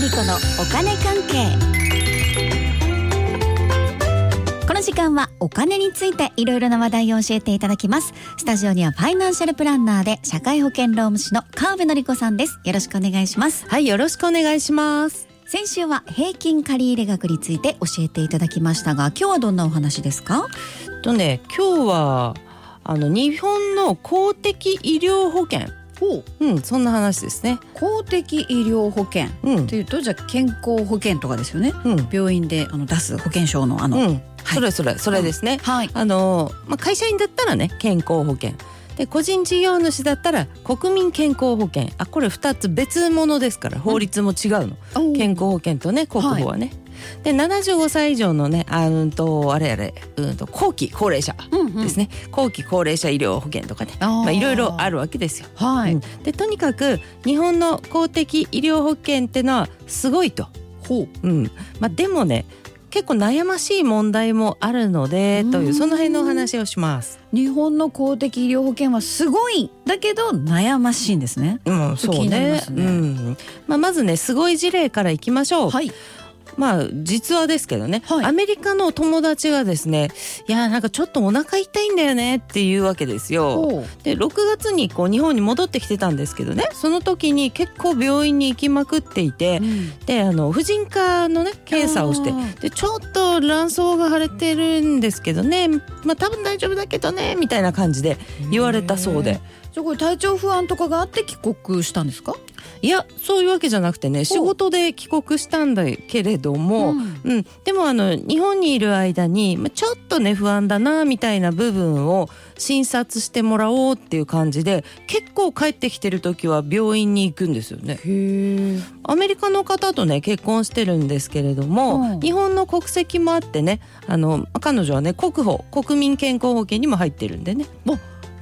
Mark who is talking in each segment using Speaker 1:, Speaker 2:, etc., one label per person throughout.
Speaker 1: 理子のお金関係この時間はお金についていろいろな話題を教えていただきますスタジオにはファイナンシャルプランナーで社会保険労務士の川辺紀子さんですよろしくお願いします
Speaker 2: はい、よろしくお願いします。
Speaker 1: 先週は平均借入額について教えていただきましたが今日はどんなお話ですか
Speaker 2: とね、今日はあの日本の公的医療保険、
Speaker 3: ほう
Speaker 2: うん、そんな話ですね。
Speaker 3: 公的医療保険
Speaker 2: うん
Speaker 3: と、いうとじゃあ健康保険とかですよね
Speaker 2: うん、
Speaker 3: 病院であの出す保険証のあの、
Speaker 2: うん、
Speaker 3: はい
Speaker 2: それそれそれですね。
Speaker 3: はい
Speaker 2: あのまあ会社員だったらね、健康保険。で個人事業主だったら国民健康保険あこれ2つ別物ですから法律も違うの、健康保険とね国保はね、で75歳以上のねあうんとあれあれうんと後期高齢者
Speaker 3: で
Speaker 2: です
Speaker 3: ね、
Speaker 2: ね、後期高齢者医療保険とかね
Speaker 3: あー
Speaker 2: まあ、いろいろあるわけですよ。
Speaker 3: はい、
Speaker 2: うんでとにかく日本の公的医療保険ってのはすごいと、
Speaker 3: ほう
Speaker 2: うんまあ、でもね結構悩ましい問題もあるのでといううんその辺のお話をします。
Speaker 3: 日本の公的医療保険はすごいだけど悩ましいんですね
Speaker 2: うん、
Speaker 3: そうね
Speaker 2: 気になりますねうんまあ、まずねすごい事例からいきましょう、
Speaker 3: い
Speaker 2: まあ実話ですけどね、
Speaker 3: はい
Speaker 2: アメリカの友達がですねいやなんかちょっとお腹痛いんだよねっていうわけですよ。
Speaker 3: ほう
Speaker 2: で6月にこう日本に戻ってきてたんですけどねその時に結構病院に行きまくっていてであの婦人科のね検査をして
Speaker 3: あー
Speaker 2: でちょっと卵巣が腫れてるんですけどねまあ多分大丈夫だけどねみたいな感じで言われたそう
Speaker 3: へ
Speaker 2: で
Speaker 3: ーじゃあこれ体調不安とかがあって帰国したんですか
Speaker 2: いやそういうわけじゃなくてね仕事で帰国したんだけれども、
Speaker 3: ん
Speaker 2: うん、でもあの日本にいる間に、まあ、ちょっとね不安だなみたいな部分を診察してもらおうっていう感じで結構帰ってきてる時は病院に行くんですよね。
Speaker 3: へえ
Speaker 2: アメリカの方とね結婚してるんですけれども、
Speaker 3: うん
Speaker 2: 日本の国籍もあってねあの彼女はね国保国民健康保険にも入ってるんでね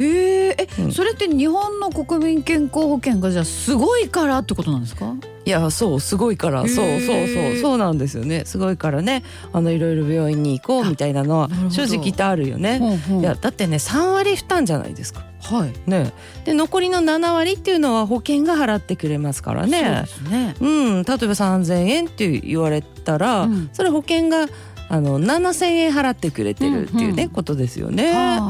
Speaker 3: へーえ、
Speaker 2: うん
Speaker 3: それって日本の国民健康保険がじゃあすごいからってことなんですか
Speaker 2: いやそうすごいから
Speaker 3: へ
Speaker 2: そう
Speaker 3: ー
Speaker 2: そうそうそうなんですよねすごいからねあのいろいろ病院に行こうみたいなのは
Speaker 3: なるほど
Speaker 2: 正直ってあるよね。
Speaker 3: ほうほう
Speaker 2: いやだってね3割負担じゃないですか。
Speaker 3: はい
Speaker 2: ね、で残りの7割っていうのは保険が払ってくれますからね
Speaker 3: そうですね。
Speaker 2: うん、例えば3,000円って言われたら、
Speaker 3: うん
Speaker 2: それ保険があの7,000円払ってくれてるっていうね、
Speaker 3: うんうん
Speaker 2: ことですよね。あ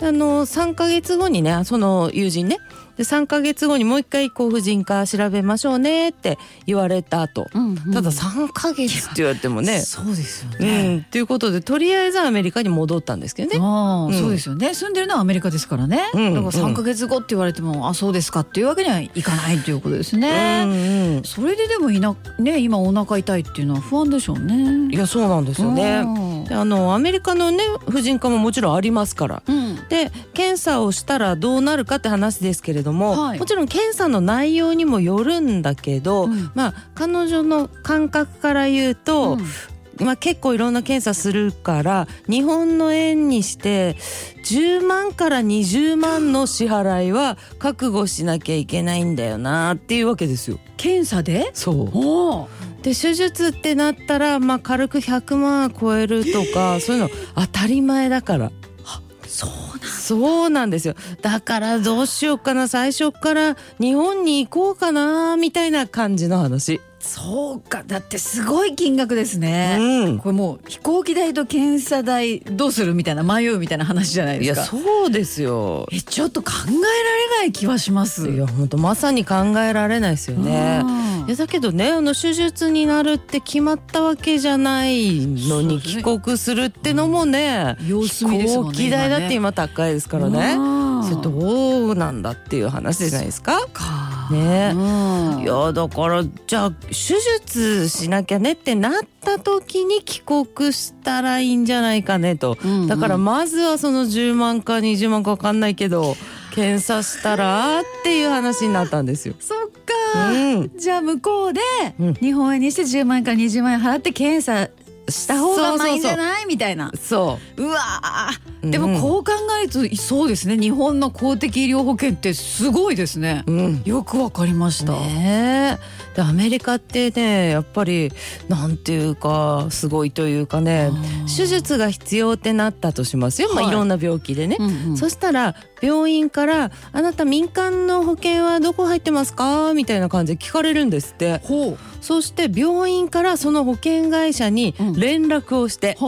Speaker 3: は
Speaker 2: の3ヶ月後にねその友人ねで3ヶ月後にもう一回こう婦人科調べましょうねって言われた後、
Speaker 3: いうんうん
Speaker 2: ただ3ヶ月って言われてもね。
Speaker 3: そうですよ
Speaker 2: うん、っ
Speaker 3: ね。
Speaker 2: ていうことでとりあえずアメリカに戻ったんですけどね。
Speaker 3: ああ、
Speaker 2: うん
Speaker 3: そうですよね。住んでるのはアメリカですからね。
Speaker 2: うん
Speaker 3: だから三ヶ月後って言われても、あそうですかっていうわけにはいかないということですね。
Speaker 2: うんうん
Speaker 3: それででもいなね今お腹痛いっていうのは不安でしょうね
Speaker 2: い。やそうなんですよね。であのアメリカのね婦人科ももちろんありますから
Speaker 3: うん。うん。
Speaker 2: で検査をしたらどうなるかって話ですけれども、
Speaker 3: はい
Speaker 2: もちろん検査の内容にもよるんだけど、
Speaker 3: うん
Speaker 2: まあ彼女の感覚から言うと、まあ、結構いろんな検査するから日本の円にして10万から20万の支払いは覚悟しなきゃいけないんだよなっていうわけですよ。
Speaker 3: 検査で？
Speaker 2: そう
Speaker 3: おお。
Speaker 2: で手術ってなったら、まあ、軽く100万超えるとか、そういうの当たり前だから。
Speaker 3: そう
Speaker 2: そうなんですよだからどうしようかな最初から日本に行こうかなみたいな感じの話。
Speaker 3: そうかだってすごい金額です
Speaker 2: う
Speaker 3: ね。
Speaker 2: ん
Speaker 3: これもう飛行機代と検査代どうするみたいな迷うみたいな話じゃない
Speaker 2: い
Speaker 3: です
Speaker 2: や
Speaker 3: か。
Speaker 2: そうですよ。
Speaker 3: えちょっと考えられない気はします。
Speaker 2: いや本当まさに考えられないですよね。
Speaker 3: うん
Speaker 2: いやだけどねあの手術になるって決まったわけじゃないのに
Speaker 3: そうです
Speaker 2: 帰
Speaker 3: ね
Speaker 2: 国するってのもね
Speaker 3: 様子見です
Speaker 2: 飛
Speaker 3: も
Speaker 2: 行
Speaker 3: んね
Speaker 2: 機代だって
Speaker 3: 今ね
Speaker 2: 今高いですからね。
Speaker 3: うん
Speaker 2: それどうなんだっていう話じゃないですか。
Speaker 3: か
Speaker 2: ね
Speaker 3: うん
Speaker 2: いやだからじゃあ手術しなきゃねってなった時に帰国したらいいんじゃないかねと
Speaker 3: うんうん
Speaker 2: だからまずはその10万か20万か分かんないけど検査したらっていう話になったんですよ。
Speaker 3: そっ
Speaker 2: う
Speaker 3: か、
Speaker 2: ん、
Speaker 3: じゃあ向こうで
Speaker 2: うん
Speaker 3: 日本円にして10万円から20万円払って検査した方がまあいいんじゃ
Speaker 2: い
Speaker 3: ないみたいな
Speaker 2: そう
Speaker 3: わ
Speaker 2: う
Speaker 3: ーでもこう考えるとそうですね日本の公的医療保険ってすごいですね
Speaker 2: う、うん、
Speaker 3: よくわかりました、
Speaker 2: ねえでアメリカってねやっぱりなんていうかすごいというかね手術が必要ってなったとしますよ、まあ、
Speaker 3: はい
Speaker 2: いろんな病気でね。
Speaker 3: うんうん
Speaker 2: そしたら病院から「あなた民間の保険はどこ入ってますか?」みたいな感じで聞かれるんですって。
Speaker 3: ほう
Speaker 2: そして病院からその保険会社に連絡をして、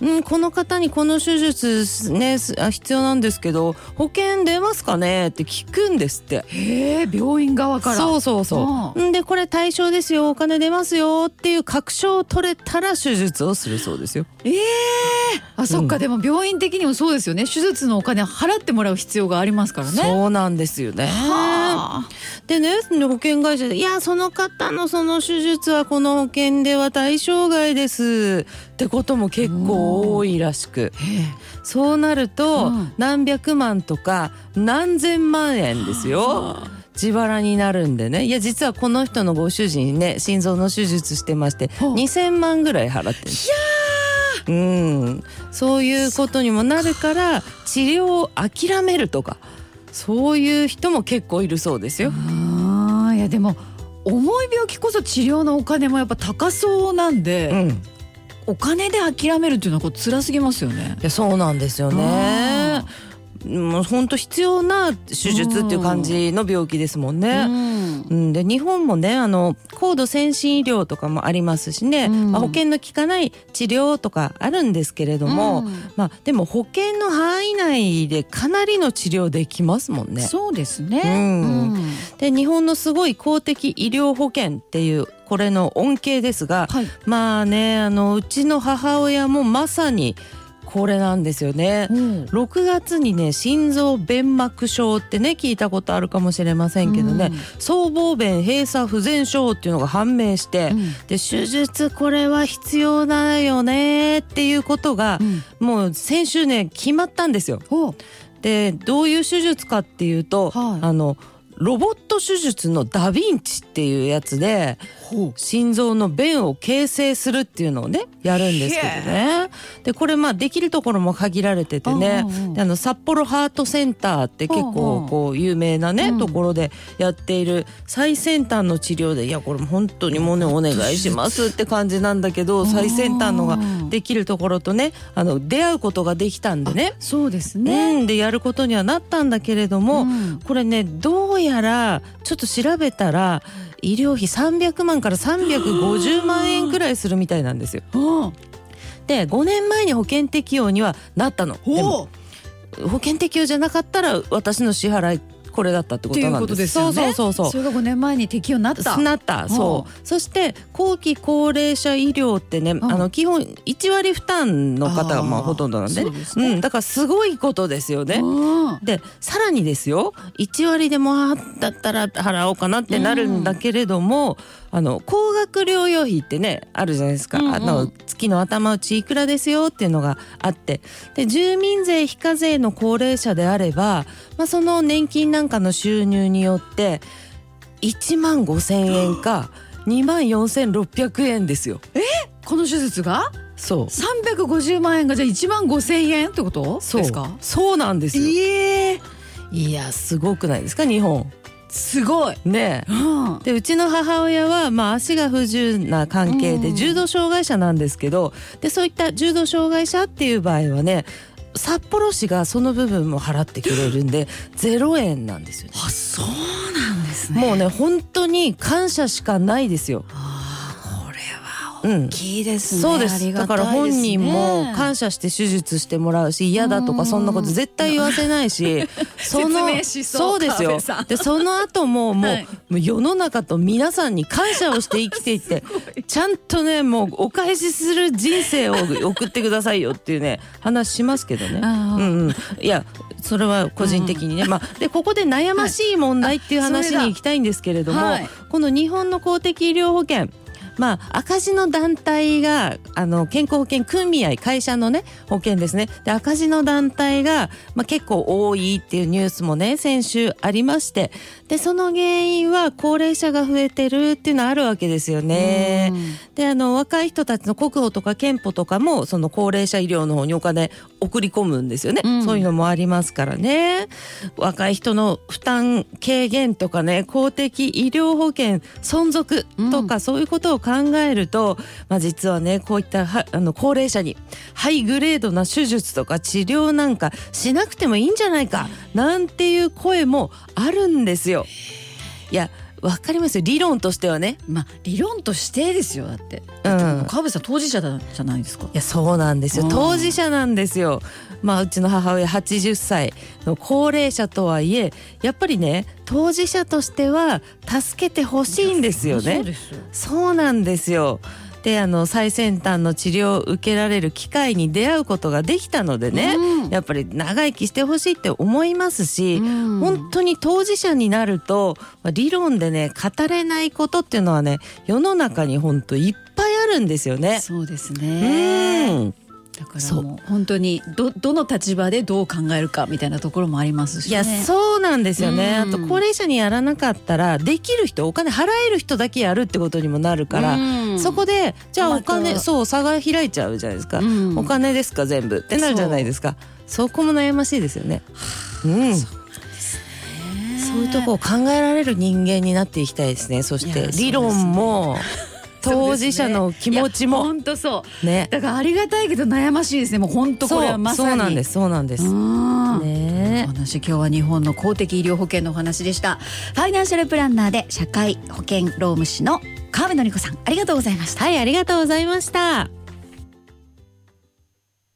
Speaker 2: うん、この方にこの手術、ね、すあ必要なんですけど保険出ますかねって聞くんですって。
Speaker 3: へえ病院側から
Speaker 2: そうそうそう、ん、でこれ対象ですよお金出ますよっていう確証を取れたら手術をするそうですよ。
Speaker 3: ええあそっか、
Speaker 2: うん
Speaker 3: でも病院的にもそうですよね手術のお金払ってもらう必要がありますからね
Speaker 2: そうなんですよね。
Speaker 3: はあ
Speaker 2: でね保険会社で「いやその方のその手術はこの保険では対象外です」ってことも結構多いらしくそうなると、
Speaker 3: うん
Speaker 2: 何百万とか何千万円ですよ。自腹になるんでねいや実はこの人のご主人ね心臓の手術してまして
Speaker 3: ほう
Speaker 2: 2,000万ぐらい払ってるうんそういうことにもなるから治療を諦めるとかそういう人も結構いるそうですよ。
Speaker 3: あーいやでも重い病気こそ治療のお金もやっぱ高そうなんで、
Speaker 2: うん、い
Speaker 3: お金で諦めるっていうのはこう辛すぎますよね。
Speaker 2: やそうなんですよね
Speaker 3: あ。
Speaker 2: もう本当必要な手術っていう感じの病気ですもん
Speaker 3: う
Speaker 2: ね。
Speaker 3: ん
Speaker 2: うん、で日本もねあの高度先進医療とかもありますしね、
Speaker 3: うん
Speaker 2: まあ保険の効かない治療とかあるんですけれども、まあ、でも保険の範囲内でかなりの治療できますもんね。
Speaker 3: そうですね。
Speaker 2: うん
Speaker 3: うん
Speaker 2: で日本のすごい公的医療保険っていうこれの恩恵ですが、
Speaker 3: はい。
Speaker 2: まあねあのうちの母親もまさにこれなんですよね。6月にね心臓弁膜症ってね聞いたことあるかもしれませんけどね、僧帽弁閉鎖不全症っていうのが判明して、
Speaker 3: うん。
Speaker 2: で手術これは必要だよねっていうことが
Speaker 3: う、ん
Speaker 2: もう先週ね決まったんですよ。
Speaker 3: お
Speaker 2: でどういう手術かっていうと、
Speaker 3: はい
Speaker 2: あのロボット手術のダ・ヴィンチっていうやつで心臓の弁を形成するっていうのをねやるんですけどねでこれまあできるところも限られててね
Speaker 3: うんうんうん
Speaker 2: であの札幌ハートセンターって結
Speaker 3: うんう
Speaker 2: 構
Speaker 3: ん
Speaker 2: こう有名な
Speaker 3: う
Speaker 2: ね、
Speaker 3: ん
Speaker 2: ところでやっている最先端の治療でいやこれ本当にもうねお願いしますって感じなんだけど最先端のができるところとねあの出会うことができたんでね。
Speaker 3: そうですね。
Speaker 2: うん、でやることにはなったんだけれども、
Speaker 3: うん
Speaker 2: これねどうやらちょっと調べたら医療費300万から350万円くらいするみたいなんですよ。
Speaker 3: うん
Speaker 2: で5年前に保険適用にはなったの。でも
Speaker 3: お
Speaker 2: 保険適用じゃなかったら私の支払いこれだったって
Speaker 3: っ
Speaker 2: こ
Speaker 3: て
Speaker 2: と
Speaker 3: いう
Speaker 2: なん
Speaker 3: こ
Speaker 2: で
Speaker 3: と
Speaker 2: す
Speaker 3: ですよね。
Speaker 2: そうそうそう
Speaker 3: そ
Speaker 2: そう。
Speaker 3: れが五年前に適用になった。
Speaker 2: なったそううそして後期高齢者医療ってね、
Speaker 3: ん
Speaker 2: あの基本1割負担の方がまあ
Speaker 3: あー
Speaker 2: ほとんどなんで,、
Speaker 3: そうですね
Speaker 2: うん、だからすごいことですよね。
Speaker 3: うん
Speaker 2: でさらにですよ1割でもあだったら払おうかなってなるんだけれども、あの高額療養費ってねあるじゃないですか、
Speaker 3: うんうん
Speaker 2: あの月の頭打ちいくらですよっていうのがあってで住民税非課税の高齢者であれば、まあ、その年金なんかの収入によって1万5,000円か2万4,600円ですよ。
Speaker 3: この手術が
Speaker 2: そう
Speaker 3: 三百五十万円がじゃあ一万五千円ってこと
Speaker 2: そう
Speaker 3: ですか？
Speaker 2: そうなんですよ。
Speaker 3: ええ
Speaker 2: いやすごくないですか日本。
Speaker 3: すごい。
Speaker 2: ねえ
Speaker 3: うん
Speaker 2: でうちの母親は、まあ、足が不自由な関係
Speaker 3: う
Speaker 2: で
Speaker 3: ん
Speaker 2: 重度障害者なんですけど、でそういった重度障害者っていう場合はね札幌市がその部分も払ってくれるん で0円なんですよ、ね、
Speaker 3: あそうなんですね。
Speaker 2: もうね本当に感謝しかないですよ。
Speaker 3: これは
Speaker 2: うん
Speaker 3: 大きいですね。
Speaker 2: そうで
Speaker 3: あ
Speaker 2: す
Speaker 3: り
Speaker 2: だ
Speaker 3: が
Speaker 2: か
Speaker 3: たいで
Speaker 2: ら
Speaker 3: すね
Speaker 2: 本人も感謝して手術してもらうし嫌だと
Speaker 3: う
Speaker 2: か
Speaker 3: ん
Speaker 2: そんなこと絶対言わせないし その
Speaker 3: 説明しそう
Speaker 2: です
Speaker 3: 川
Speaker 2: よ
Speaker 3: 辺さん
Speaker 2: でその後ももう,、
Speaker 3: はい
Speaker 2: もう世の中と皆さんに感謝をして生きていって ちゃんとねもうお返しする人生を送ってくださいよっていうね話しますけどね。
Speaker 3: あー
Speaker 2: うんうん、いやそれは個人的にね、まあ、でここで悩ましい問題っていう
Speaker 3: はいあ
Speaker 2: 話
Speaker 3: それだ
Speaker 2: に行きたいんですけれども、
Speaker 3: はい
Speaker 2: この日本の公的医療保険まあ、赤字の団体があの健康保険組合会社の、ね、保険ですねで赤字の団体が、まあ、結構多いっていうニュースもね先週ありましてでその原因は高齢者が増えてるっていうのはあるわけですよね。であの若い人たちの国保とか憲法とかもその高齢者医療の方にお金送り込むんですよね、
Speaker 3: うん
Speaker 2: そういうのもありますからね若い人の負担軽減とかね公的医療保険存続とか、そういうことを考えると、まあ、実はねこういったはあの高齢者にハイグレードな手術とか治療なんかしなくてもいいんじゃないかなんていう声もあるんですよ。いやわかりますよ理論としてはね
Speaker 3: まあ理論としてですよだって。
Speaker 2: うん
Speaker 3: だって川部さん当事者だじゃないですか
Speaker 2: い。やそうなんです
Speaker 3: う
Speaker 2: よ
Speaker 3: ん
Speaker 2: 当事者なんですよ、まあ、うちの母親80歳の高齢者とはいえやっぱりね当事者としては助けてほしいんですよ
Speaker 3: そ
Speaker 2: ね
Speaker 3: う。ですよ。
Speaker 2: そうなんですよであの最先端の治療を受けられる機会に出会うことができたのでね、
Speaker 3: うん
Speaker 2: やっぱり長生きしてほしいって思いますし、
Speaker 3: うん
Speaker 2: 本当に当事者になるとまあ理論でね語れないことっていうのはね世の中に本当いっぱいあるんですよね。
Speaker 3: そうです
Speaker 2: う
Speaker 3: ね。
Speaker 2: ん
Speaker 3: だか
Speaker 2: そ
Speaker 3: ら
Speaker 2: う
Speaker 3: もう本当にどどの立場でどう考えるかみたいなところもありますし
Speaker 2: い
Speaker 3: ね。
Speaker 2: やそうなんですよね、
Speaker 3: うん
Speaker 2: あと高齢者にやらなかったらできる人お金払える人だけやるってことにもなるから、
Speaker 3: うん
Speaker 2: そこでじゃあ
Speaker 3: ま
Speaker 2: お
Speaker 3: た
Speaker 2: 金そう差が開いちゃうじゃないですか、
Speaker 3: うん
Speaker 2: お金ですか全部ってなるじゃないですかそこも悩ましいですよね。うんそういうとこを考えられる人間になっていきたいですねそし
Speaker 3: いや
Speaker 2: て
Speaker 3: そうですね
Speaker 2: 理論も当事者の気持ちも
Speaker 3: 本当そう。
Speaker 2: ね
Speaker 3: だからありがたいけど悩ましいですね。もう本当これはまさ
Speaker 2: そう
Speaker 3: に。。
Speaker 2: そうなんですすそうなんです、
Speaker 3: お
Speaker 2: ね
Speaker 3: 話今日は日本の公的医療保険のお話でした。
Speaker 1: ファイナンシャルプランナーで社会保険労務士の川辺典子さんありがとうございました
Speaker 2: はいありがとうございました